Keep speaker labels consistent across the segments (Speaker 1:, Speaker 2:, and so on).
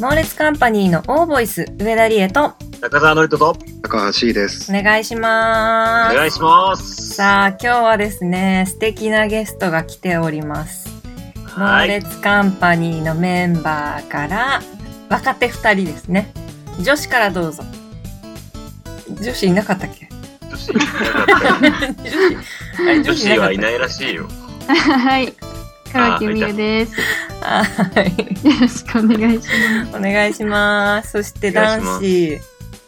Speaker 1: 猛烈カンパニーのオーボイス、上田理恵と
Speaker 2: 中澤のりとと、
Speaker 3: 高橋です。
Speaker 1: お願いしま
Speaker 2: お
Speaker 1: す。
Speaker 2: 願いします。
Speaker 1: さあ、今日はですね、素敵なゲストが来ております。
Speaker 2: は
Speaker 1: 猛
Speaker 2: い。
Speaker 1: 烈カンパニーのメンバーから、若手二人ですね。女子からどうぞ。女子いなかったっけ
Speaker 2: 女子いなかっ
Speaker 1: 女子あれ
Speaker 2: た 女
Speaker 1: 女子いな
Speaker 2: 子
Speaker 1: か
Speaker 2: は
Speaker 1: っ
Speaker 2: いないらしいよ。
Speaker 4: はい。黒木美優です。よ
Speaker 1: た。はい。
Speaker 4: ろしくお願いしま
Speaker 1: お願いします。そして男
Speaker 2: お願
Speaker 1: 子、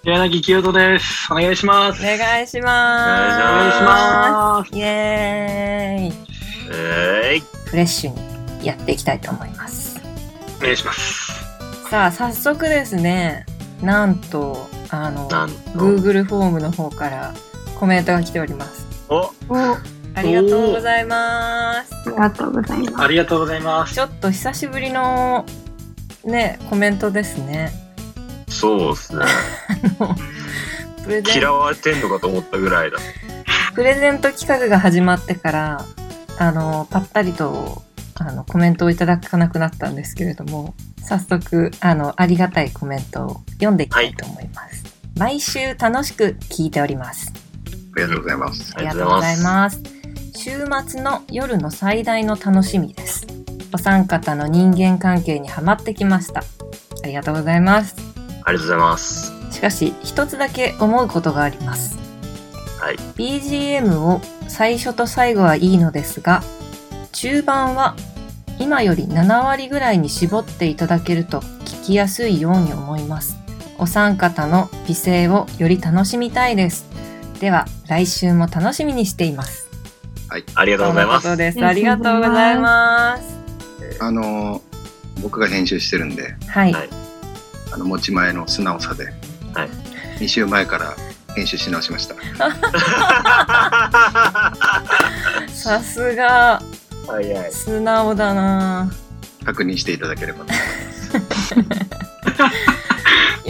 Speaker 5: 柳清人です。お願いします。
Speaker 1: お願いします。
Speaker 2: お
Speaker 5: お願いします。
Speaker 1: イエーイ。
Speaker 2: えーい。
Speaker 1: フレッシュにやっていきたいと思います。
Speaker 5: お願いします。
Speaker 1: さあ、早速ですね、なんと、あの、
Speaker 2: なんと。
Speaker 1: Google フォームの方からコメントが来ております。
Speaker 2: お、
Speaker 4: す。お、あ
Speaker 1: ありがとうございます。
Speaker 4: りがとうございます。
Speaker 5: ありがとうございます。
Speaker 1: ちょっと久しぶりの、ね、コメントですね。
Speaker 2: そうですね。
Speaker 1: プレゼン
Speaker 2: 嫌われてんのかと思ったぐらいだ。
Speaker 1: プレゼント企画が始まってから、あの、ぱったりと、あの、コメントをいただかなくなったんですけれども、早速、あの、ありがたいコメントを読んでいきたいと思います。毎週楽しく聞いております。
Speaker 3: ありがとうございます。
Speaker 1: ありがとうございます。週末の夜の最大の楽しみです。お三方の人間関係にはまってきました。ありがとうございます。
Speaker 2: ありがとうございます。
Speaker 1: しかし、一つだけ思うことがあります。
Speaker 2: はい。
Speaker 1: BGM を最初と最後はいいのですが、中盤は今より7割ぐらいに絞っていただけると聞きやすいように思います。お三方の美声をより楽しみたいです。では、来週も楽しみにしています。
Speaker 2: ありがとうございま
Speaker 1: とのこと
Speaker 2: す。
Speaker 1: です。ありがとうございます。
Speaker 3: あのー僕が編集してるんで、
Speaker 1: はい。
Speaker 2: はい
Speaker 3: あの持ち前の素直さで、
Speaker 2: はい
Speaker 3: 2週前から編集し直しました。
Speaker 1: さすが、
Speaker 2: はいはい。
Speaker 1: 素直だな
Speaker 3: 確認していただければと。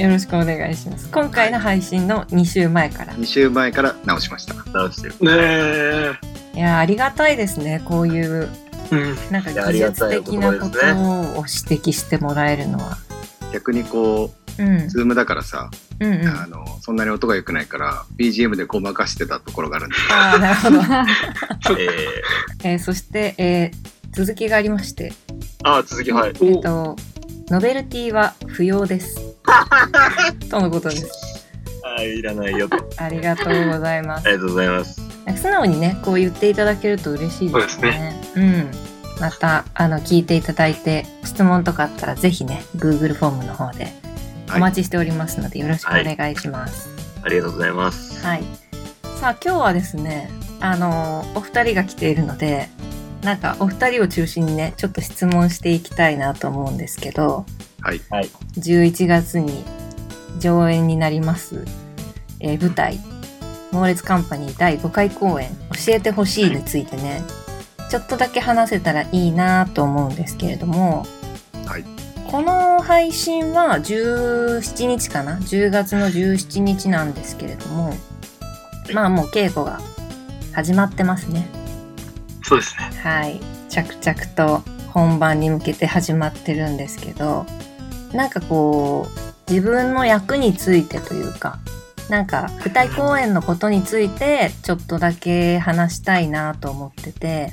Speaker 1: よろしくお願いします。今回の配信の2週前から。
Speaker 3: 2週前から直しました。
Speaker 2: 直してる。
Speaker 5: ね
Speaker 1: い
Speaker 5: え。
Speaker 1: やーありがたいですねこういう
Speaker 5: うん。
Speaker 1: なんか
Speaker 2: いやあ
Speaker 1: 技
Speaker 2: りが
Speaker 1: 術
Speaker 2: たい
Speaker 1: 的な
Speaker 2: こ
Speaker 1: ことと
Speaker 2: ですね
Speaker 1: を指摘してもらえるのは、
Speaker 3: 逆にこ
Speaker 1: うん
Speaker 3: う、、ズームだからさ、
Speaker 1: うんうん
Speaker 3: あのそんなに音が良くないから、BGM でごまかしてたところがあるんで、
Speaker 1: ああなるほど、
Speaker 2: えー、
Speaker 1: えーそして、えー続きがありまして
Speaker 2: あ、続きはい。
Speaker 1: えっとノベルティは不要です とのことです
Speaker 2: あいらないよと。
Speaker 1: ありがとうございます
Speaker 2: ありがとうございます。
Speaker 1: なんか素直にねこう言っていただけると嬉しいですねうんまたあの聞いていただいて質問とかあったらぜひね Google フォームの方でお待ちしておりますので、よろしくお願いします、
Speaker 2: ありがとうございます。
Speaker 1: はい。さあ今日はですね、あのお二人が来ているので、なんかお二人を中心にね、ちょっと質問していきたいなと思うんですけど、
Speaker 3: はい。
Speaker 2: はい。
Speaker 1: 11月に上演になります、えー舞台、猛烈カンパニー第5回公演、教えてほしいについてね、ちょっとだけ話せたらいいなと思うんですけれども、
Speaker 3: はい
Speaker 1: この配信は17日かな ?10 月の17日なんですけれども、まあもう稽古が始まってますね。
Speaker 5: そうですね。
Speaker 1: はい、着々と本番に向けて始まってるんですけどなんかこう自分の役についてというかなんか舞台公演のことについてちょっとだけ話したいなと思ってて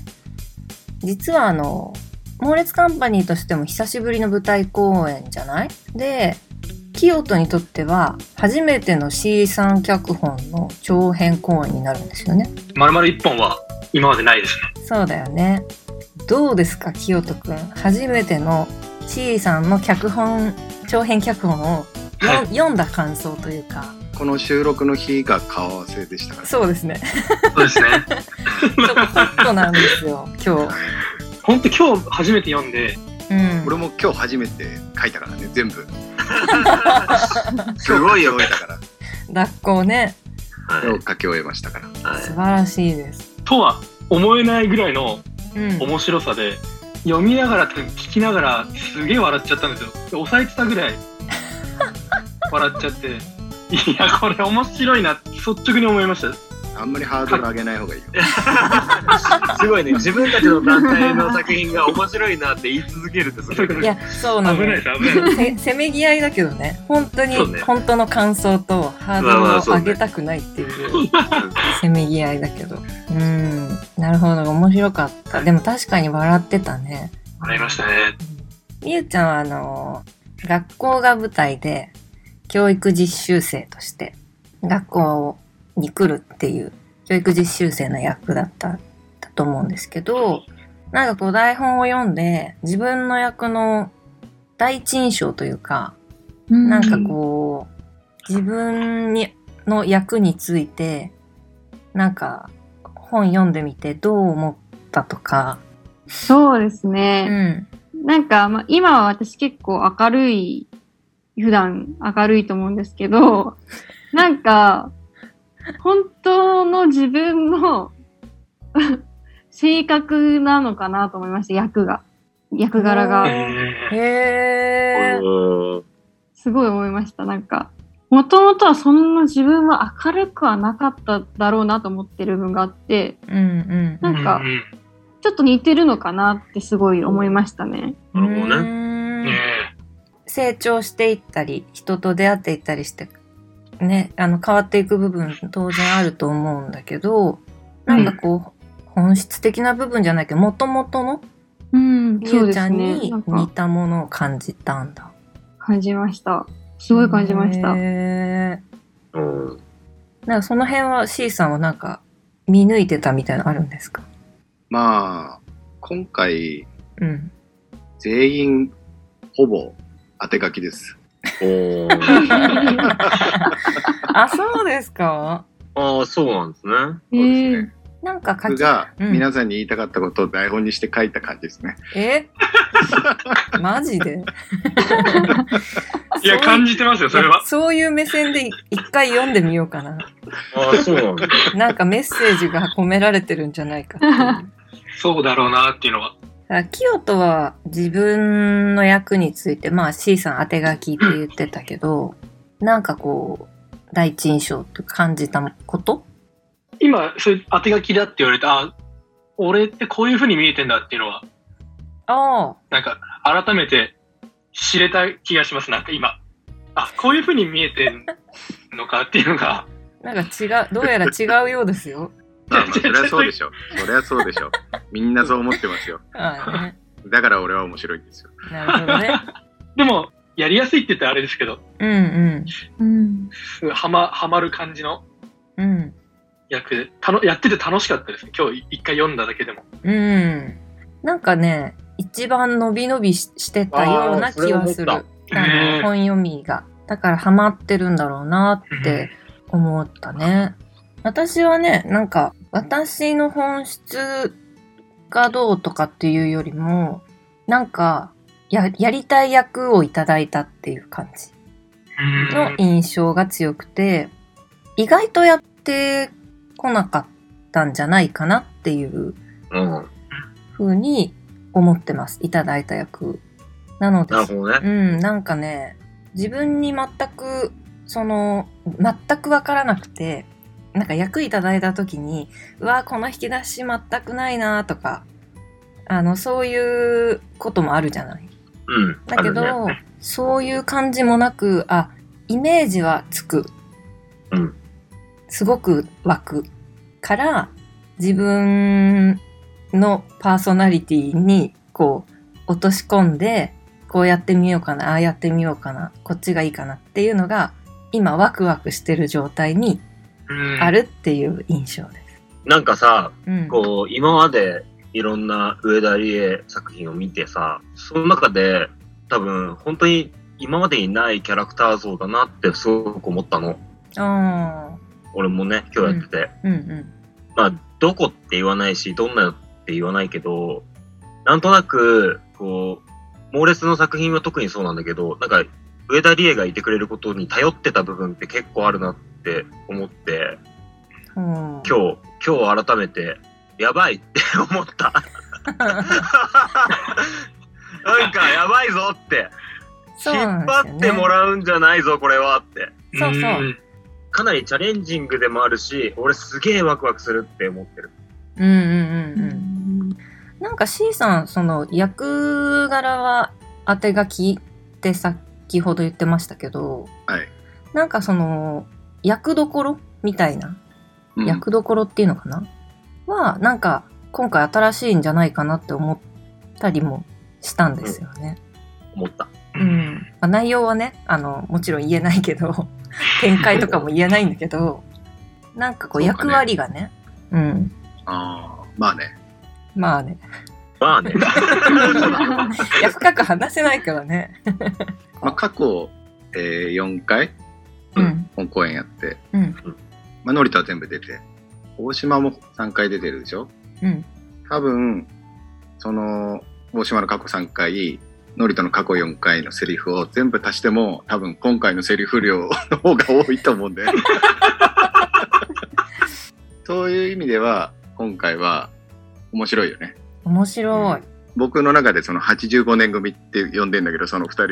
Speaker 1: 実はあの猛烈カンパニーとしても久しぶりの舞台公演じゃないで清人にとっては初めての C さん脚本の長編公演になるんですよね。
Speaker 5: まるまる一本は今までないですね。
Speaker 1: そうだよね。どうですか、清人くん。初めての C さんの脚本、長編脚本をよ、
Speaker 5: はい
Speaker 1: 読んだ感想というか。
Speaker 3: この収録の日が顔合わせでしたから、
Speaker 1: そうですね。
Speaker 5: そうですね。
Speaker 1: ちょっとホットなんですよ、今日。
Speaker 5: 本当今日初めて読んで、
Speaker 1: うん。
Speaker 3: 俺も今日初めて書いたからね、全部。
Speaker 2: すごいよ
Speaker 3: 今日書き終えたから。
Speaker 1: 学校ね。
Speaker 2: はい
Speaker 3: 今日書き終えましたから。
Speaker 2: は
Speaker 1: 素
Speaker 2: い
Speaker 1: 晴らしいです。
Speaker 5: とは思えないぐらいの
Speaker 1: うん。
Speaker 5: 面白さで、読みながらって聞きながらすげえ笑っちゃったんですよ。で抑えてたぐらい笑っちゃって。いや、これ面白いなって率直に思いました。
Speaker 3: あんまりハードル上げない方がいいよ。
Speaker 2: すごいね、自分たちの団体の作品が面白いなって言い続けるってすごいね。
Speaker 1: いや、そうな
Speaker 5: 危
Speaker 1: の
Speaker 5: ない
Speaker 1: よ
Speaker 5: です、危ないです。
Speaker 1: せせめぎ合いだけどね、本当に、
Speaker 2: そうね
Speaker 1: 本当の感想とハード
Speaker 2: まあまあ
Speaker 1: ル
Speaker 2: そ
Speaker 1: を
Speaker 2: う
Speaker 1: 上
Speaker 2: ね
Speaker 1: げたくないっていうせめぎ合いだけど。うん、なるほど、面白かった。でも確かに笑ってたね。
Speaker 5: 笑いましたね。
Speaker 1: みゆちゃんはあのー学校が舞台で教育実習生として学校に来るっていう教育実習生の役だっただと思うんですけどなんかこう台本を読んで自分の役の第一印象というか
Speaker 4: な
Speaker 1: なんかこう自分にの役についてなんか本読んでみてどう思ったとか、
Speaker 4: そうです
Speaker 1: う
Speaker 4: ね。
Speaker 1: ん、
Speaker 4: なんか、まあ、今は私結構明るい、普段明るいと思うんですけ ど、なんか、本当の自分の 性格なのかなと思いました、役が。役柄
Speaker 1: あ
Speaker 4: が。
Speaker 5: えー
Speaker 1: へー
Speaker 2: うん
Speaker 4: すごい思いました。なんか、もともとはそんな自分は明るくはなかっただろうなと思ってる部分があって、
Speaker 1: うんうんうん
Speaker 4: なんか
Speaker 5: ううん
Speaker 4: ちょっと似てるのかなってすごい思いましたね。
Speaker 2: なるほどね。
Speaker 1: ね
Speaker 5: ね
Speaker 1: 成長していったり人と出会っていったりしてねあの変わっていく部分当然あると思うんだけどなんかこう、本質的な部分じゃないけどもともとの
Speaker 4: うん、
Speaker 1: ゆ
Speaker 4: そう
Speaker 1: う
Speaker 4: で
Speaker 1: ちゃ
Speaker 4: す
Speaker 1: ん
Speaker 4: ね。
Speaker 1: に
Speaker 4: なん
Speaker 1: 似
Speaker 4: か
Speaker 1: たものを感じたんだ。
Speaker 4: 感じました。す
Speaker 1: す
Speaker 4: ごい感じました。
Speaker 2: うん
Speaker 1: なんかその辺は C さんはなんか見抜いてたみたいなのあるんですか
Speaker 3: まあ、今回、
Speaker 1: うん。
Speaker 3: 全員、ほぼ、当て書きです。
Speaker 2: おー
Speaker 4: え
Speaker 1: あ、そうですか
Speaker 2: ああ、そうなんですね。
Speaker 4: え
Speaker 3: そうですね。
Speaker 1: なんか書
Speaker 3: 僕
Speaker 1: き、
Speaker 3: が、
Speaker 1: うん
Speaker 3: 皆さんに言いたかったことを台本にして書いた感じですね。
Speaker 1: え マジで
Speaker 5: いや、感じてますよ、それは。
Speaker 1: そういう目線でい一回読んでみようかな。
Speaker 2: ああ、そうなんだ。
Speaker 1: なんかメッセージが込められてるんじゃないかっていう。
Speaker 5: そうだろうなっていうのは。
Speaker 1: あキヨとは自分の役について、まあ C さん当て書きって言ってたけど、なんかこう、第一印象と感じたこと
Speaker 5: 今、それ当て書きだって言われて、あ、俺ってこういう風に見えてんだっていうのは、
Speaker 1: あ
Speaker 5: なんか、改めて知れた気がします、なんか今。あ、こういう風に見えてんのかっていうのが、
Speaker 1: あ、なんか違う、どうやら違うようですよ。
Speaker 3: まあまあ、そりゃそうでしょ。そりゃそうでしょ。みんなそう思ってますよ。
Speaker 1: ああね。
Speaker 3: だから俺は面白いんですよ。
Speaker 1: なるほどね。
Speaker 5: でも、やりやすいって言ったらあれですけど、
Speaker 1: うん
Speaker 4: うん、
Speaker 5: はま、はまる感じの
Speaker 1: うん。うん。
Speaker 5: 役で、たのやってて楽しかったですね。今日一回読んだだけでも。
Speaker 1: うん。なんかね、一番伸び伸びししてたような気はする。
Speaker 2: あ
Speaker 1: あ
Speaker 2: ー
Speaker 1: の、
Speaker 5: うん
Speaker 1: 本読みが。だからハマってるんだろうなって思ったね。私はね、なんか、私の本質がどうとかっていうよりも、なんか、や、やりたい役をいただいたっていう感じ。の
Speaker 5: うん
Speaker 1: 印象が強くて、意外とやってこなかったんじゃないかなっていう
Speaker 2: うん。
Speaker 1: 風に思ってます。いただいた役。なので
Speaker 2: なる、ほどね。
Speaker 1: うん、なんかね、自分に全く、その、全くわからなくて、なんか役いただいた時に、うわ、この引き出し全くないなとか、あの、そういうこともあるじゃない。
Speaker 2: うん。
Speaker 1: だけど、
Speaker 2: あるね
Speaker 1: そういう感じもなく、あ、イメージはつく。
Speaker 2: うん
Speaker 1: すごく湧く。から、自分のパーソナリティに、こう、落とし込んで、こうやってみようかな、ああやってみようかな、こっちがいいかなっていうのが、今ワクワクしてる状態にあるっていう印象です。
Speaker 2: なんかさ、
Speaker 1: うん。
Speaker 2: こう、今までいろんな上田理恵作品を見てさ、その中で多分本当に今までにないキャラクター像だなってすごく思ったの。
Speaker 1: あ
Speaker 2: 俺もね、今日やってて。
Speaker 1: ーうんうん。
Speaker 2: まあ、どこって言わないし、どんなって言わないけど、なんとなく、こう、猛烈の作品は特にそうなんだけど、なんか、上田理恵がいてくれることに頼ってた部分って結構あるなって思って、
Speaker 1: 今
Speaker 2: 今日、今日改めて、やばいって 思った。なんかやばいぞって、
Speaker 1: そう
Speaker 2: 引
Speaker 1: な
Speaker 2: っ
Speaker 1: んですよ
Speaker 2: 張
Speaker 1: ね
Speaker 2: ってもらうんじゃないぞ、これはって。
Speaker 1: そうそう。
Speaker 2: かなりチャレンジングでもあるし、俺すげえワクワクするって思ってる。
Speaker 1: うんうんうんうん。なんか C さん、その役柄は当て書きって先ほど言ってましたけど、
Speaker 3: はい
Speaker 1: なんかその役どころみたいな、
Speaker 3: うん
Speaker 1: 役どころっていうのかなは、なんか今回新しいんじゃないかなって思ったりもしたんですよね。
Speaker 2: 思った。
Speaker 1: うん。まあ、内容はね、あの、もちろん言えないけ ど、展開とかも言えないんだけど、なんかこう
Speaker 3: そうか
Speaker 1: 役
Speaker 3: ね
Speaker 1: 割がね、うん。
Speaker 3: ああ、まあね。
Speaker 1: まあね、
Speaker 2: まあね。
Speaker 1: いや深く話せないからね。
Speaker 3: まあ、過去、えー、4回、
Speaker 1: うん。
Speaker 3: 本公演やって、
Speaker 1: うん。
Speaker 3: まあ、ノリタは全部出て、大島も3回出てるでしょ
Speaker 1: うん。
Speaker 3: 多分、その、大島の過去3回、ノリタの過去4回のセリフを全部足しても、多分今回のセリフ量の方が多いと思う んで。そういう意味では、今回は面白いよね。
Speaker 1: 面白い。
Speaker 3: 僕の中でその85年組って呼んでんだけど、その2人を。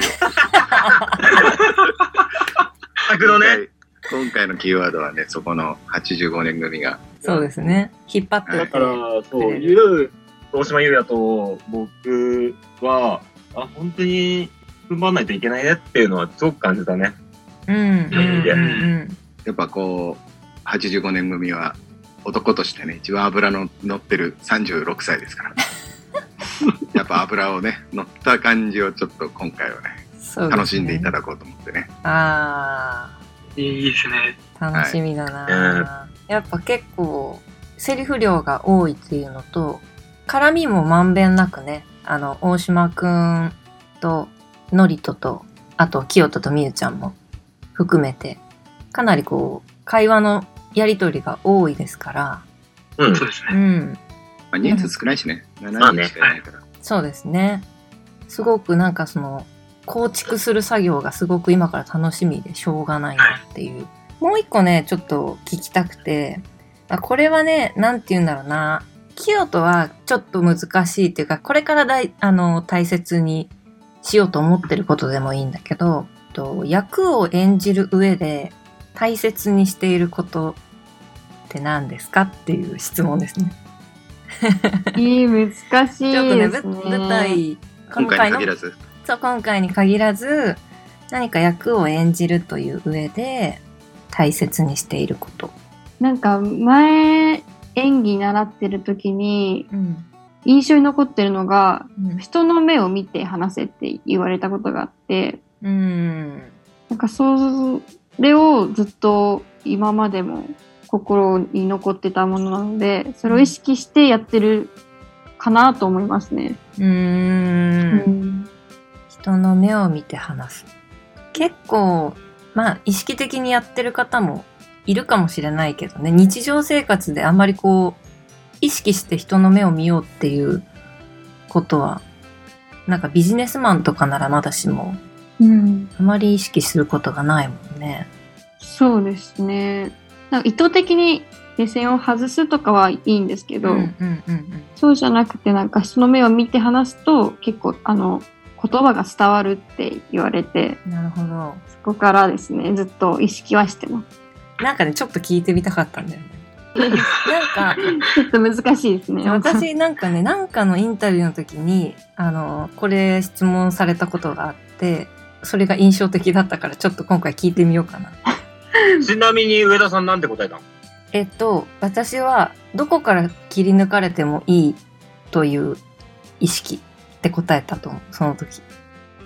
Speaker 2: 作のね、
Speaker 3: 今回今回のキーワードはね、そこの85年組が。
Speaker 1: そうですね。引っ張って
Speaker 2: だ
Speaker 1: って
Speaker 2: か。ら、そう、ゆう、大島優也と僕は、あ、本当に踏ん張らないといけないねっていうのはすごく感じたね。
Speaker 1: うん。うん。うん。
Speaker 3: やっぱこう、85年組は男としてね、一番脂の乗ってる36歳です から。やっぱ脂をね、乗った感じをちょっと今回はね、
Speaker 1: そう
Speaker 3: 楽しんでいた
Speaker 1: だ
Speaker 3: だこうと思ってね。
Speaker 1: あ
Speaker 5: いいですね。
Speaker 1: あ、楽しみだな、やっぱ結構、セリフ量が多いっていうのと、絡みもまんべんなくね、あの、大島くんと、のりとと、あと、きよととみゆちゃんも含めて、かなりこう、会話のやりとりが多いですから、
Speaker 2: うん。
Speaker 5: そうです
Speaker 1: う
Speaker 5: ね。
Speaker 1: ん。
Speaker 3: まあ、人数少ないしね、
Speaker 2: まあ
Speaker 3: 7
Speaker 2: ね
Speaker 3: 人しかいないから。
Speaker 1: そうですね。すごくなんかその構築する作業がすごく今から楽しみでしょうがないなっていう。もう一個ね、ちょっと聞きたくて、あこれはね、なんて言うんだろうな。清とはちょっと難しいっていうか、これからだいあの大切にしようと思ってることでもいいんだけど、と役を演じる上で大切にしていることって何ですかっていう質問ですね。
Speaker 4: いい、難しい
Speaker 1: ちょっとね、
Speaker 4: で
Speaker 1: ぶ
Speaker 4: すね。
Speaker 1: 舞台、
Speaker 3: 今回に限らず、
Speaker 1: そう、今回に限らず、何か役を演じるという上で、大切にしていること。
Speaker 4: なんか前、演技習ってる時に、
Speaker 1: うん。
Speaker 4: 印象に残ってるのが、
Speaker 1: うん。
Speaker 4: 人の目を見て話せって言われたことがあって、
Speaker 1: うん。
Speaker 4: なんかそう、それをずっと今までも心に残ってたものなので、それを意識してやってるかなと思いますね。
Speaker 1: うん。
Speaker 4: ん。
Speaker 1: 人の目を見て話す。結構、まあ、意識的にやってる方もいるかもしれないけどね、日常生活であんまりこう、意識して人の目を見ようっていうことは、なんかビジネスマンとかならまだしも、
Speaker 4: うん、
Speaker 1: あまり意識することがないもんね。
Speaker 4: そうですね。なんか意図的に目線を外すとかはいいんですけど、
Speaker 1: うんうんうんうん。
Speaker 4: そうじゃなくてなんか人の目を見て話すと結構あの言葉が伝わるって言われて、
Speaker 1: なるほど。
Speaker 4: そこからですね、ずっと意識はしてます。
Speaker 1: なんかね、ちょっと聞いてみたかったんだよね。なんか、
Speaker 4: ちょっと難しいですね。
Speaker 1: 私なんかね、なんかのインタビューの時に、あの、これ質問されたことがあって、それが印象的だったから、ちょっと今回聞いてみようかな。
Speaker 2: ちなみに上田さんなんて答えたの
Speaker 1: えっと、私は、どこから切り抜かれてもいいという意識って答えたと思う、その時。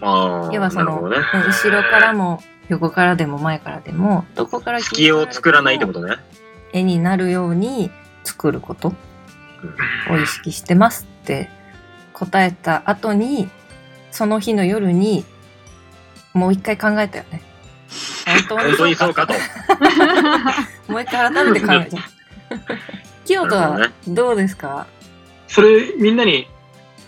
Speaker 2: ああ、
Speaker 1: 要はそ
Speaker 2: なる
Speaker 1: の、
Speaker 2: ほ
Speaker 1: うん
Speaker 2: どね。
Speaker 1: 後ろからも、横からでも前からでも、どこから
Speaker 2: 隙を作らないってこととね。
Speaker 1: 絵になるように作ることを意識してますって答えた後に、その日の夜に、もう一回考えたよね。本
Speaker 2: 本当
Speaker 1: 当に
Speaker 2: にそ
Speaker 1: そうう
Speaker 2: か
Speaker 1: か
Speaker 2: と。
Speaker 1: もう一回改めて考えた。 清人
Speaker 2: な る
Speaker 1: はどうですか、
Speaker 5: それ、みんなに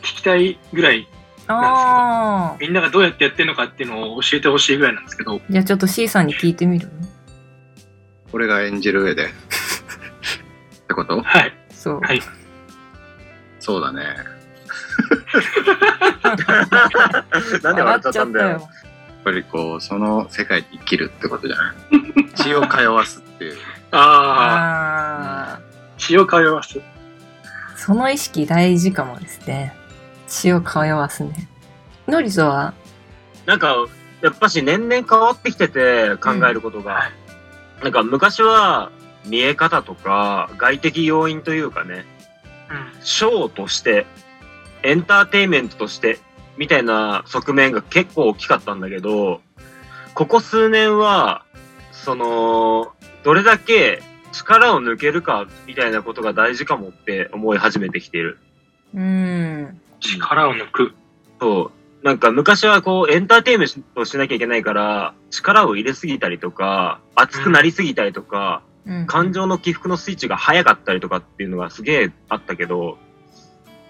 Speaker 5: 聞きたいぐらい、
Speaker 1: ああ。
Speaker 5: みんながどうやってやってるのかっていうのを教えてほしいぐらいなんですけど、
Speaker 1: じゃあちょっと C さんに聞いてみる
Speaker 3: 俺が演じる 上で。ってこと
Speaker 5: はい。
Speaker 1: そう。
Speaker 5: はい
Speaker 3: そうだね。
Speaker 2: なんで笑っちゃったんだよ。。
Speaker 3: ぱりこう、その世界に生きるってこと じゃない血を通わすっていう。
Speaker 5: あ
Speaker 1: あ
Speaker 5: あ、血を通わす。
Speaker 1: ーその意識大事かもですね血を通わすねノリゾは
Speaker 2: なんか、やっぱし年々変わってきてて、考えることが。なんか昔は、見え方とか、外的要因というかね、
Speaker 5: うん。
Speaker 2: ショーとして、エンターテインメントとして、みたいな側面が結構大きかったんだけど、ここ数年は、その、どれだけ力を抜けるか、みたいなことが大事かもって思い始めてきている。
Speaker 1: うん
Speaker 5: 力を抜く。
Speaker 2: そう。なんか昔はこうエンターテインメントをしなきゃいけないから力を入れすぎたりとか熱くなりすぎたりとか、
Speaker 1: うん
Speaker 2: 感情の起伏のスイッチが早かったりとかっていうのがすげえあったけど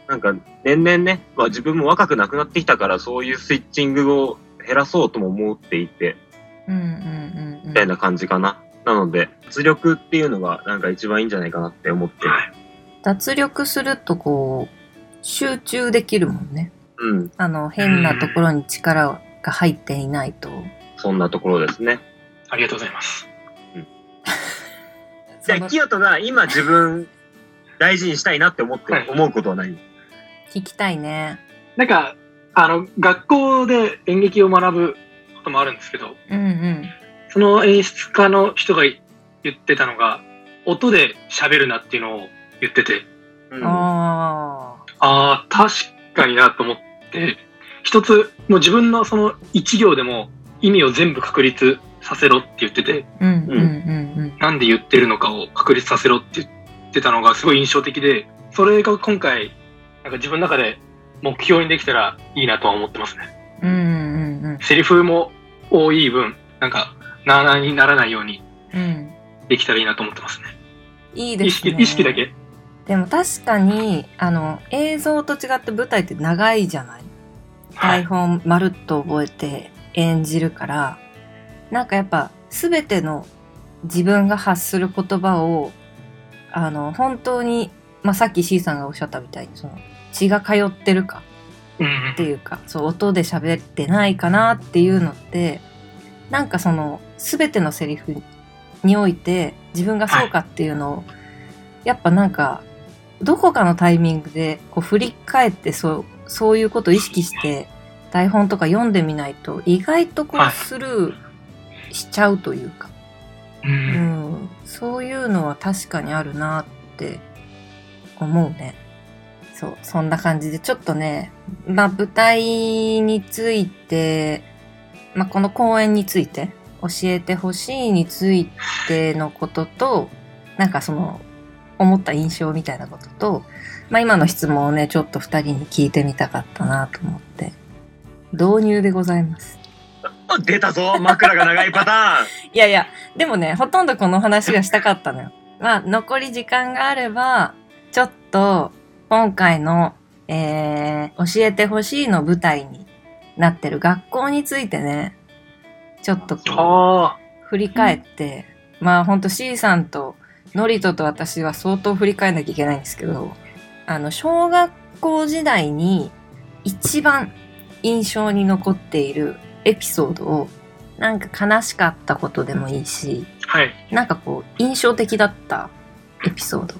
Speaker 2: なんか年々ね、まあ、自分も若くなくなってきたからそういうスイッチングを減らそうとも思っていて
Speaker 1: うんうんうん
Speaker 2: みたいな感じかな。なので圧力っていうのがなんか一番いいんじゃないかなって思ってる。
Speaker 1: 脱力するとこう集中できるもんね
Speaker 2: うん、
Speaker 1: あの変なところに力が入っていないと
Speaker 2: そんなところですね。
Speaker 5: ありがとうございます。
Speaker 1: そ
Speaker 2: じゃ
Speaker 1: の
Speaker 2: あ、清人が今自分大事にしたいなって思って
Speaker 5: はい
Speaker 2: 思うことはない
Speaker 1: 聞きたいね
Speaker 5: なんか、あの、学校で演劇を学ぶこともあるんですけど、
Speaker 1: うんうん
Speaker 5: その演出家の人が言ってたのが、音で喋るなっていうのを言ってて、
Speaker 2: うん
Speaker 1: あ
Speaker 5: ああ、確かになと思って、一つ、もう自分のその一行でも意味を全部確立させろって言ってて、
Speaker 1: あうんうんうん
Speaker 5: なんで言ってるのかを確立させろって言ってたのがすごい印象的で、それが今回、なんか自分の中で目標にできたらいいなとは思ってますね。
Speaker 1: うんうんうんうん
Speaker 5: セリフも多い分、なんか、なあなあにならないように
Speaker 1: うん
Speaker 5: できたらいいなと思ってますね。
Speaker 1: いい
Speaker 5: 意
Speaker 1: です
Speaker 5: 識
Speaker 1: ね
Speaker 5: 意識だけ。
Speaker 1: でも確かにあの映像と違って舞台って長いじゃない
Speaker 5: は
Speaker 1: 台
Speaker 5: い。
Speaker 1: 本まるっと覚えて演じるからなんかやっぱ全ての自分が発する言葉をあの本当に、まあ、さっき C さんがおっしゃったみたいにその血が通ってるか
Speaker 5: うん
Speaker 1: っていうかそう音で喋ってないかなっていうのってなんかその全てのセリフにおいて自分がそうかっていうのを、やっぱなんかどこかのタイミングでこう振り返ってそうそういうことを意識して台本とか読んでみないと意外とこ
Speaker 5: は
Speaker 1: う
Speaker 5: い
Speaker 1: スルーしちゃうというか、
Speaker 5: うん。うん
Speaker 1: うん、そういうのは確かにあるなって思うね。そう、そんな感じで、ちょっとね、まあ舞台について、まあこの公演について、教えてほしいについてのことと、なんかその、思った印象みたいなことと、まあ今の質問をね、ちょっと二人に聞いてみたかったなと思って、導入でございます。
Speaker 2: あ出たぞ枕が長いパターン
Speaker 1: いやいや、でもね、ほとんどこの話がしたかったのよ。 まあ、残り時間があれば、ちょっと、今回の、えー、教えてほしいの舞台になってる学校についてね、ちょっとこ
Speaker 5: あ
Speaker 1: う、振り返って、まあ、ほんと C さんと、ノリトと私は相当振り返んなきゃいけないんですけど、あの、小学校時代に一番印象に残っているエピソードを、なんか悲しかったことでもいいし、
Speaker 5: あ、はい。
Speaker 1: なんかこう、印象的だったエピソード。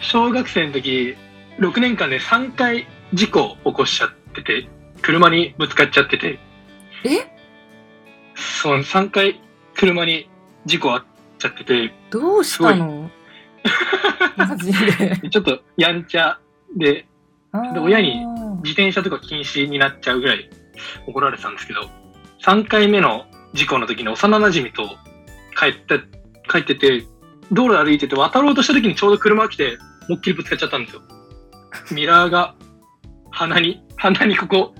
Speaker 5: 小学生の時6年間で3回事故を起こしちゃってて車にぶつかっちゃってて
Speaker 1: え
Speaker 5: そう3回車に事故あっちゃってて
Speaker 1: どうしたのマジで。
Speaker 5: ちょっとやんちゃで
Speaker 1: あー
Speaker 5: 親に自転車とか禁止になっちゃうぐらい怒られてたんですけど3回目の事故の時に幼なじみと帰った帰ってて道路歩いてて渡ろうとした時にちょうど車が来て思いっきりぶつかっちゃったんですよミラーが鼻に鼻にここ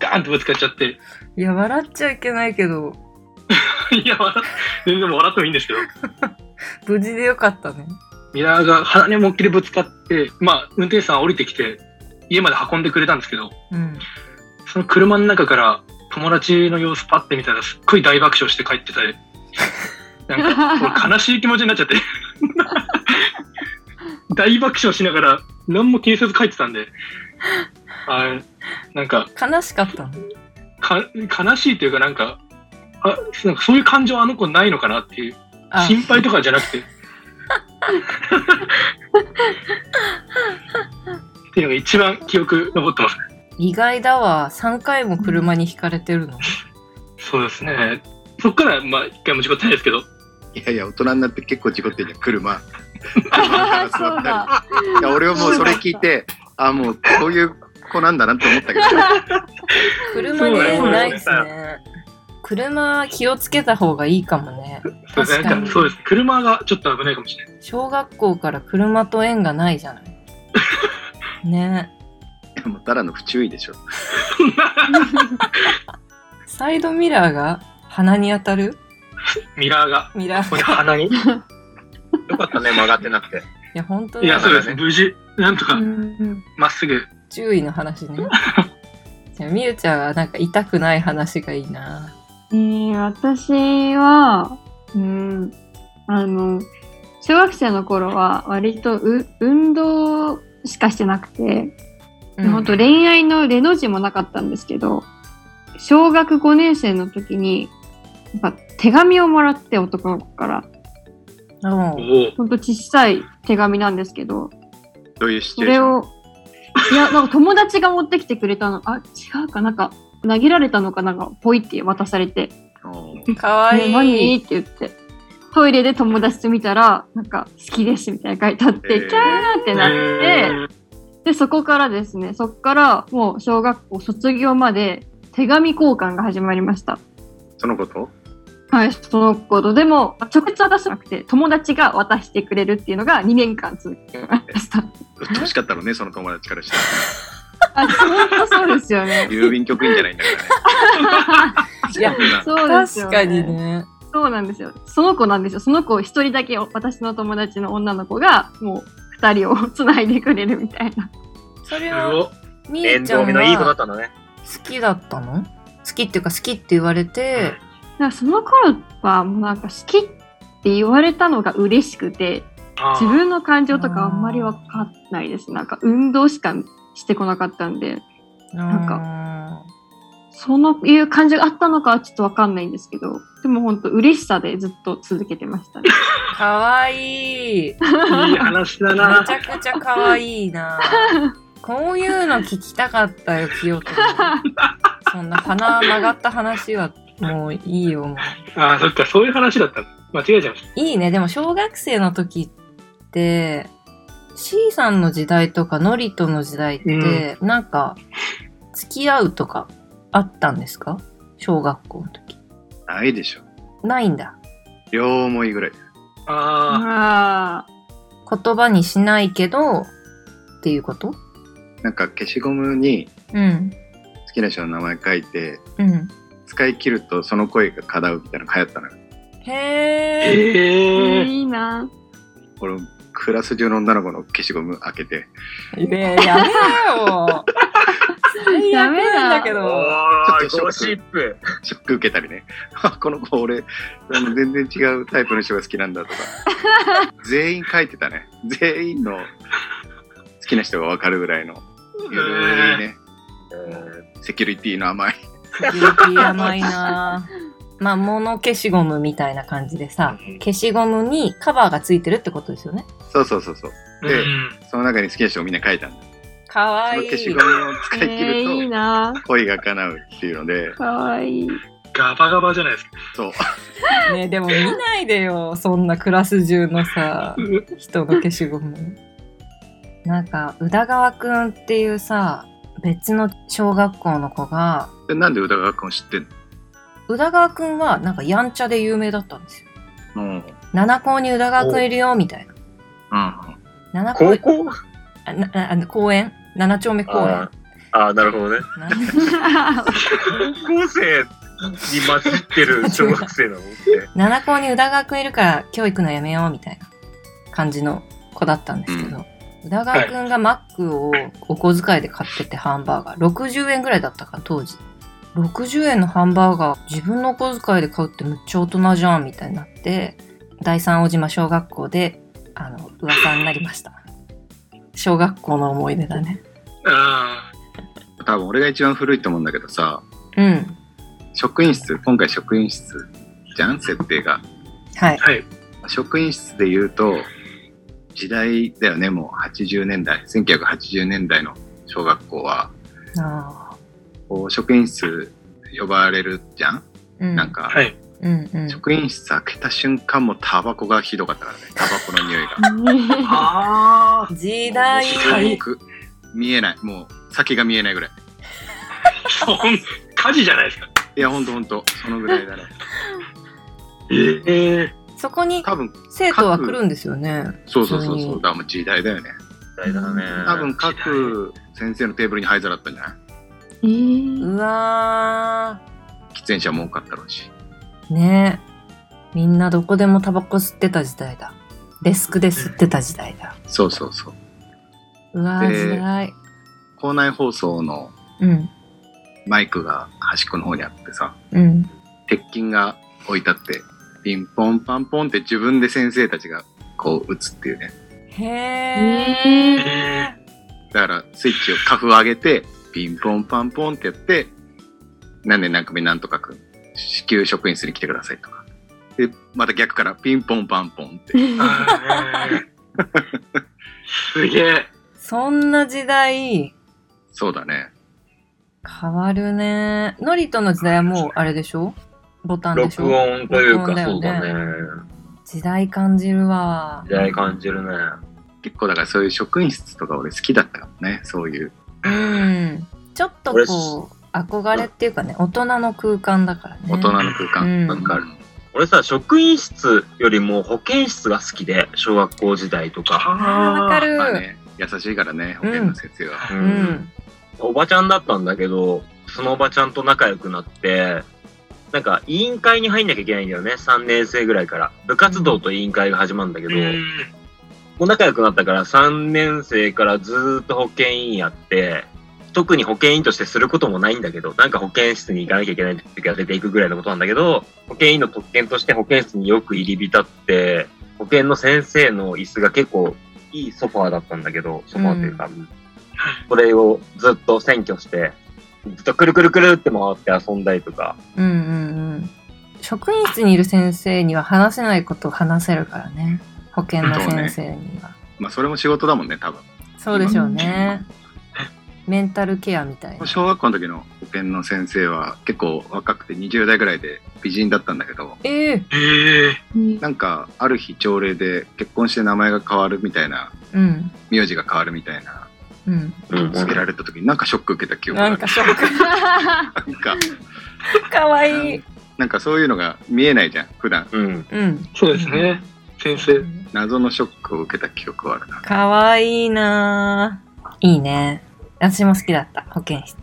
Speaker 5: ガーンとぶつかっちゃって
Speaker 1: いや、笑っちゃいけないけど、
Speaker 5: いや笑っ全然もう笑ってもいいんですけど
Speaker 1: 無事でよかったね。
Speaker 5: ミラーが鼻に思いっきりぶつかってまあ運転手さんは降りてきて家まで運んでくれたんですけど
Speaker 1: うん。
Speaker 5: その車の中から友達の様子パッて見たらすっごい大爆笑して帰ってたり、なんか俺悲しい気持ちになっちゃって。大爆笑しながら何も気にせず帰ってたんで、あーなんか
Speaker 1: 悲しかったの。
Speaker 5: か悲しいというかなんかあなんかそういう感情あの子ないのかなっていう
Speaker 1: あ
Speaker 5: 心配とかじゃなくてっていうのが一番記憶残ってますね
Speaker 1: 意外だわ3回も車にひかれてるの
Speaker 5: そうですねそっからまあ一回も事故ってないですけど
Speaker 3: いやいや、大人になって結構事故ってんじゃん、車。車から座
Speaker 4: そう
Speaker 3: った
Speaker 4: だ。
Speaker 3: り。いや、俺はもうそれ聞いて、あ、もうこういう子なんだなって思ったけど、
Speaker 1: 車に縁ないですね車気をつけた方がいいかもね
Speaker 5: そうですね
Speaker 1: 確かに
Speaker 5: そうです車がちょっと危ないかもしれない
Speaker 1: 小学校から車と縁がないじゃないね
Speaker 3: もうただの不注意でしょ。
Speaker 1: サイドミラーが鼻に当たる
Speaker 5: ミラーが
Speaker 1: ミラー
Speaker 5: ここに 鼻にい
Speaker 2: よかったね、曲がってなくて。
Speaker 1: いや本当
Speaker 5: や
Speaker 1: だ
Speaker 5: そうです無事なん と
Speaker 4: う
Speaker 5: か
Speaker 4: ん
Speaker 5: まっすぐ
Speaker 1: 注意の話ねじゃあみゆちゃんはなんか痛くない話がいいな
Speaker 4: えー、私は、うん、あの、小学生の頃は割とう運動しかしてなくて、
Speaker 1: うん
Speaker 4: 本当恋愛のレの字もなかったんですけど、小学5年生の時に、なんか手紙をもらって男の子から、
Speaker 1: うん
Speaker 5: おお
Speaker 4: ほんと小さい手紙なんですけど、
Speaker 3: どういうシチ
Speaker 4: そ
Speaker 3: ュエーシ
Speaker 4: れ
Speaker 3: ョン
Speaker 4: を、いや、なんか友達が持ってきてくれたの、あ、違うかなんか、投げられたのかなんか、ポイって渡されて、
Speaker 3: おー
Speaker 1: かわ
Speaker 4: ね
Speaker 1: い
Speaker 4: 何
Speaker 1: い
Speaker 4: って言って。トイレで友達と見たら、なんか、好きですみたいな書いてあって、
Speaker 3: え
Speaker 4: キ
Speaker 3: ー
Speaker 4: ャーってなって、で、そこからですね、そこからもう小学校卒業まで手紙交換が始まりました。
Speaker 3: そのこと
Speaker 4: はい、そのこと。でも、直接渡さなくて、友達が渡してくれるっていうのが2年間続きま した。
Speaker 3: 鬱陶しかったろうね、その友達からした
Speaker 4: あ、本当そうですよね
Speaker 3: ら。。郵便局員じゃないんだからね。
Speaker 1: いや
Speaker 3: そんな
Speaker 4: そうですよ
Speaker 1: 確
Speaker 4: ね。
Speaker 1: かにね
Speaker 4: そうなんですよ。その子なんですよ。その子一人だけ私の友達の女の子がもう二人をつないでくれるみたいな。
Speaker 1: それ
Speaker 5: す
Speaker 1: は
Speaker 5: ご
Speaker 1: みゆ
Speaker 2: 縁
Speaker 1: ちゃ
Speaker 2: 遠
Speaker 1: ん
Speaker 2: 見のいい子だっ
Speaker 1: は
Speaker 2: たんだね。
Speaker 1: 好きだったの好きっていうか好きって言われて
Speaker 4: なんかその頃はもうなんか好きって言われたのが嬉しくて、
Speaker 5: あ
Speaker 4: 自分の感情とかあんまりわかんないです。なんか運動しかしてこなかったんで、
Speaker 1: なん
Speaker 4: んか
Speaker 1: か
Speaker 4: そのいう感情があったのかはちょっとわかんないんですけど、でも本当嬉しさでずっと続けてましたね。
Speaker 1: かわいい
Speaker 5: ーいい話だ
Speaker 1: め
Speaker 5: な
Speaker 1: ちゃくちゃかわいい なこういうの聞きたかったよ清 人そんな鼻曲がった話はもういいよもう
Speaker 5: ああそっかそういう話だった間違えちゃいまし
Speaker 1: いいねでも小学生の時って C さんの時代とかノリトの時代って、なんか付き合うとかあったんですか小学校の時
Speaker 3: ないでしょ。
Speaker 1: ないんだ
Speaker 3: 両思いぐらい。
Speaker 5: たあ
Speaker 4: あ
Speaker 1: 言葉にしないけどっていうこと
Speaker 3: なんか消しゴムに
Speaker 1: うん
Speaker 3: 好きな人の名前書いて、
Speaker 1: うん
Speaker 3: 使い切るとその声が叶うみたいなの流行ったのよ。
Speaker 5: あ
Speaker 1: へえ
Speaker 4: あ、
Speaker 5: ええ
Speaker 4: いいな。
Speaker 3: 俺、クラス中の女の子の消しゴム開けて、
Speaker 1: いややめなよ最悪なんだけ
Speaker 2: お
Speaker 1: ど
Speaker 3: ちょっとシ
Speaker 2: ー、
Speaker 3: ョック
Speaker 2: ゴシップ。
Speaker 3: ショック受けたりね。 あこの子俺、あの全然違うタイプの人が好きなん だとか。全員書いてたね。全員の好きな人がわかるぐらいの、ゆるいね、セキュリティの甘い。
Speaker 1: ゆるき甘いなぁまあ物消しゴムみたいな感じでさ
Speaker 2: うん
Speaker 1: 消しゴムにカバーがついてるってことですよね
Speaker 3: そうそうそうそう。
Speaker 5: う
Speaker 3: で
Speaker 5: ん
Speaker 3: その中に好きな人をみんな書いたんだ。
Speaker 1: かわ
Speaker 3: その
Speaker 1: いい
Speaker 3: 消しゴムを使い切
Speaker 4: えーいい
Speaker 3: ると
Speaker 4: な。
Speaker 3: 恋が叶うっていうので、
Speaker 4: かわいい。
Speaker 5: ガバガバじゃないですか。
Speaker 3: そう。
Speaker 1: ねでも見ないでよそんなクラス中のさ人の消しゴムなんか宇田川くんっていうさ別の小学校の子が
Speaker 3: でなんで宇田川君を知ってん
Speaker 1: 宇田川くんはなんかやんちゃで有名だったんですよ
Speaker 3: のうん。
Speaker 1: 七校に宇田川くんいるよみたいな
Speaker 3: うん。
Speaker 1: 七
Speaker 2: 高
Speaker 1: 校
Speaker 2: 校
Speaker 1: あななあの公園七丁目公園
Speaker 2: ああ、ああなるほどね。
Speaker 1: な
Speaker 2: 高校生に混じってる小学生なのって。
Speaker 1: 七校に宇田川くんいるから今日行くのやめようみたいな感じの子だったんですけど、宇田川くんがマックをお小遣いで買っててハンバーガー60円ぐらいだったから当時60円のハンバーガー自分のお小遣いで買うってむっちゃ大人じゃんみたいになって第三大島小学校であの噂になりました小学校の思い出だね
Speaker 5: あ
Speaker 3: 多分俺が一番古いと思うんだけどさ、
Speaker 1: ううん。
Speaker 3: 職員室、今回職員室じゃん、設定が。
Speaker 1: はい。
Speaker 5: はい。
Speaker 3: 職員室で言うと、時代だよね、もう80年代、1980年代の小学校は、
Speaker 1: ああ。
Speaker 3: こう職員室呼ばれるじゃん、
Speaker 1: うん。
Speaker 3: なん。か、
Speaker 5: はい。
Speaker 1: うんうん。
Speaker 3: 職員室開けた瞬間もタバコがひどかったからね、タバコの匂いが。
Speaker 5: あ
Speaker 1: 時代。
Speaker 5: はい
Speaker 3: 僕見えない、もう先が見えないぐらい。
Speaker 5: あ、そう、火事じゃないですか。
Speaker 3: いや、ほんとほんと、そのぐらい だね。
Speaker 2: えー
Speaker 5: ええ
Speaker 1: そこに
Speaker 3: 多分、
Speaker 1: 生徒は来るんですよね。
Speaker 3: そうそうそう
Speaker 1: 普通
Speaker 3: そう、
Speaker 1: に
Speaker 3: だからもう時代だよね。
Speaker 2: 大だね。
Speaker 3: 多分、各先生のテーブルに灰皿だったんじゃないう
Speaker 4: えー
Speaker 1: うわ
Speaker 3: 喫煙者も多かったろうし。
Speaker 1: ー。ねえ。みんなどこでもタバコ吸ってた時代だ。デスクで吸ってた時代だ。
Speaker 3: そうそうそう。
Speaker 1: うわー、
Speaker 3: で
Speaker 1: 時代。
Speaker 3: 校内放送の
Speaker 1: うん。
Speaker 3: マイクが端っこの方にあってさ、
Speaker 1: うん。
Speaker 3: 鉄筋が置いてあって、ピンポンパンポンって自分で先生たちがこう打つっていうね。
Speaker 1: へ
Speaker 4: え
Speaker 1: え。
Speaker 5: え
Speaker 3: だからスイッチをカフ上げて、ピンポンパンポンってやって、何年何組何とかくん、至急職員室に来てくださいとか。で、また逆からピンポンパンポンって。
Speaker 5: ーあーすげえ。
Speaker 1: そんな時代、
Speaker 3: そうだね。
Speaker 1: 変わるね。ノリとの時代はもうあれでしょボタンでし
Speaker 2: 録
Speaker 1: ょ
Speaker 2: 音という
Speaker 1: 録
Speaker 2: か、
Speaker 1: 音だ
Speaker 2: そ
Speaker 1: よ
Speaker 2: う
Speaker 1: ね
Speaker 2: だね。
Speaker 1: 時代感じるわ
Speaker 2: 時。代感じるね。
Speaker 3: 結構だからそういう職員室とか俺好きだったかもね。そういう。
Speaker 1: うん。ちょっとこう、憧れっていうかね、大人の空間だからね。
Speaker 3: 大人の空
Speaker 1: うん
Speaker 3: 間ばっかある。
Speaker 2: 俺さ、職員室よりも保健室が好きで、小学校時代とか。
Speaker 1: あーわかる。
Speaker 3: まあね、優しいからね、保健の先生は。
Speaker 5: う
Speaker 1: う
Speaker 5: ーん。
Speaker 1: ん。
Speaker 2: おばちゃんだったんだけど、そのおばちゃんと仲良くなって、なんか委員会に入んなきゃいけないんだよね、3年生ぐらいから。部活動と委員会が始まるんだけど、もう仲良くなったから3年生からずーっと保健委員やって、特に保健委員としてすることもないんだけど、なんか保健室に行かなきゃいけない時は出ていくぐらいのことなんだけど、保健委員の特権として保健室によく入り浸って、保健の先生の椅子が結構いいソファーだったんだけど、ソファーというか、これをずっと占拠して、ずっとくるくるくるって回って遊んだりとか、
Speaker 1: うんうんうん。職員室にいる先生には話せないことを話せるからね。保健の先生には。
Speaker 3: まあそれも仕事だもんね、多分。
Speaker 1: そうでしょうね。メンタルケアみたいな。
Speaker 3: 小学校の時の保健の先生は結構若くて20代ぐらいで美人だったんだけど、
Speaker 1: ええ
Speaker 5: ええ
Speaker 3: なんかある日朝礼で結婚して名前が変わるみたいな、
Speaker 1: うん。
Speaker 3: 名字が変わるみたいな、
Speaker 1: うん。
Speaker 3: 告げられた時になんかショック受けた記憶が
Speaker 1: な
Speaker 3: ある
Speaker 1: んかショッ
Speaker 3: なんか、
Speaker 1: ク。かわいい。
Speaker 3: なんかそういうのが見えないじゃん、普段。
Speaker 2: うん。
Speaker 1: うん。
Speaker 5: そうですね。先生。
Speaker 3: 謎のショックを受けた記憶はあるな。
Speaker 1: かわいいなぁいいね。私も好きだった、保健室。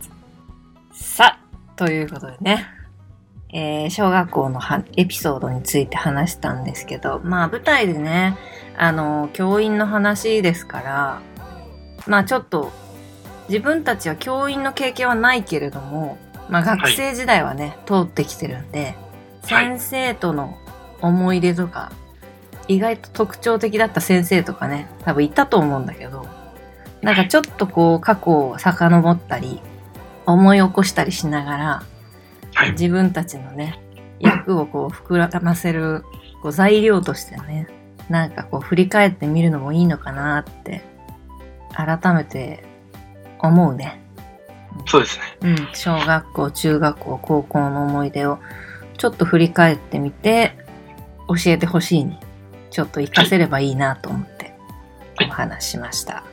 Speaker 1: さあ、ということでね。えー小学校のはエピソードについて話したんですけど、まあ舞台でね、あの、教員の話ですから、まあちょっと、自分たちは教員の経験はないけれども、まあ学生時代はね、通ってきてるんで、
Speaker 5: はい
Speaker 1: 先生との思い出とか、意外と特徴的だった先生とかね、多分いたと思うんだけど、なんかちょっとこう過去を遡ったり、思い起こしたりしながら、
Speaker 5: はい。
Speaker 1: 自分たちのね、役をこう膨らませるこう材料としてね、なんかこう振り返ってみるのもいいのかなって、改めて思うね。
Speaker 5: そうですね。
Speaker 1: うん。小学校、中学校、高校の思い出をちょっと振り返ってみて、教えてほしいに、ちょっと活かせればいいなと思って
Speaker 5: は
Speaker 1: お
Speaker 5: い
Speaker 1: 話ししました。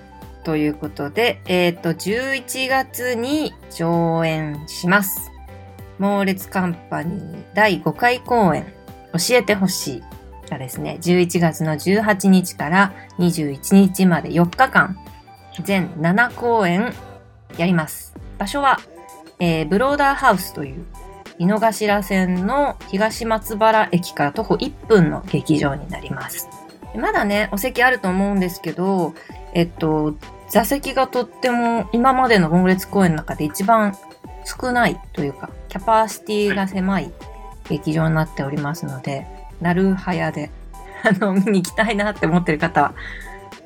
Speaker 1: ということで、えっ、と、11月に上演します。猛烈カンパニー第5回公演、教えてほしいがですね、11月の18日から21日まで4日間、全7公演やります。場所は、えーブローダーハウスという井の頭線の東松原駅から徒歩1分の劇場になります。でまだね、お席あると思うんですけど、えっと、座席がとっても今までの猛烈公演の中で一番少ないというか、キャパシティが狭い劇場になっておりますので、なる早で、 あの、見に行きたいなって思ってる方は、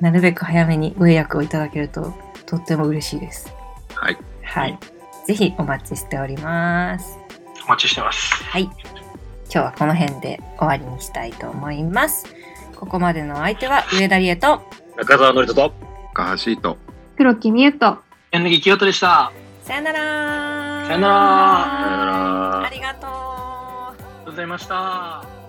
Speaker 1: なるべく早めにご予約をいただけるととっても嬉しいです。
Speaker 3: はい。
Speaker 1: はい。ぜひお待ちしております。
Speaker 5: お待ちしてます。
Speaker 1: はい。今日はこの辺で終わりにしたいと思います。ここまでのお相手は上田理恵と、
Speaker 2: 中澤のりとと、
Speaker 3: 高橋と
Speaker 4: 黒木美優と、
Speaker 5: 柳清人でした。あり
Speaker 1: さよなら
Speaker 5: さよなら
Speaker 2: さよなら
Speaker 1: ありがとう
Speaker 5: がとうございました。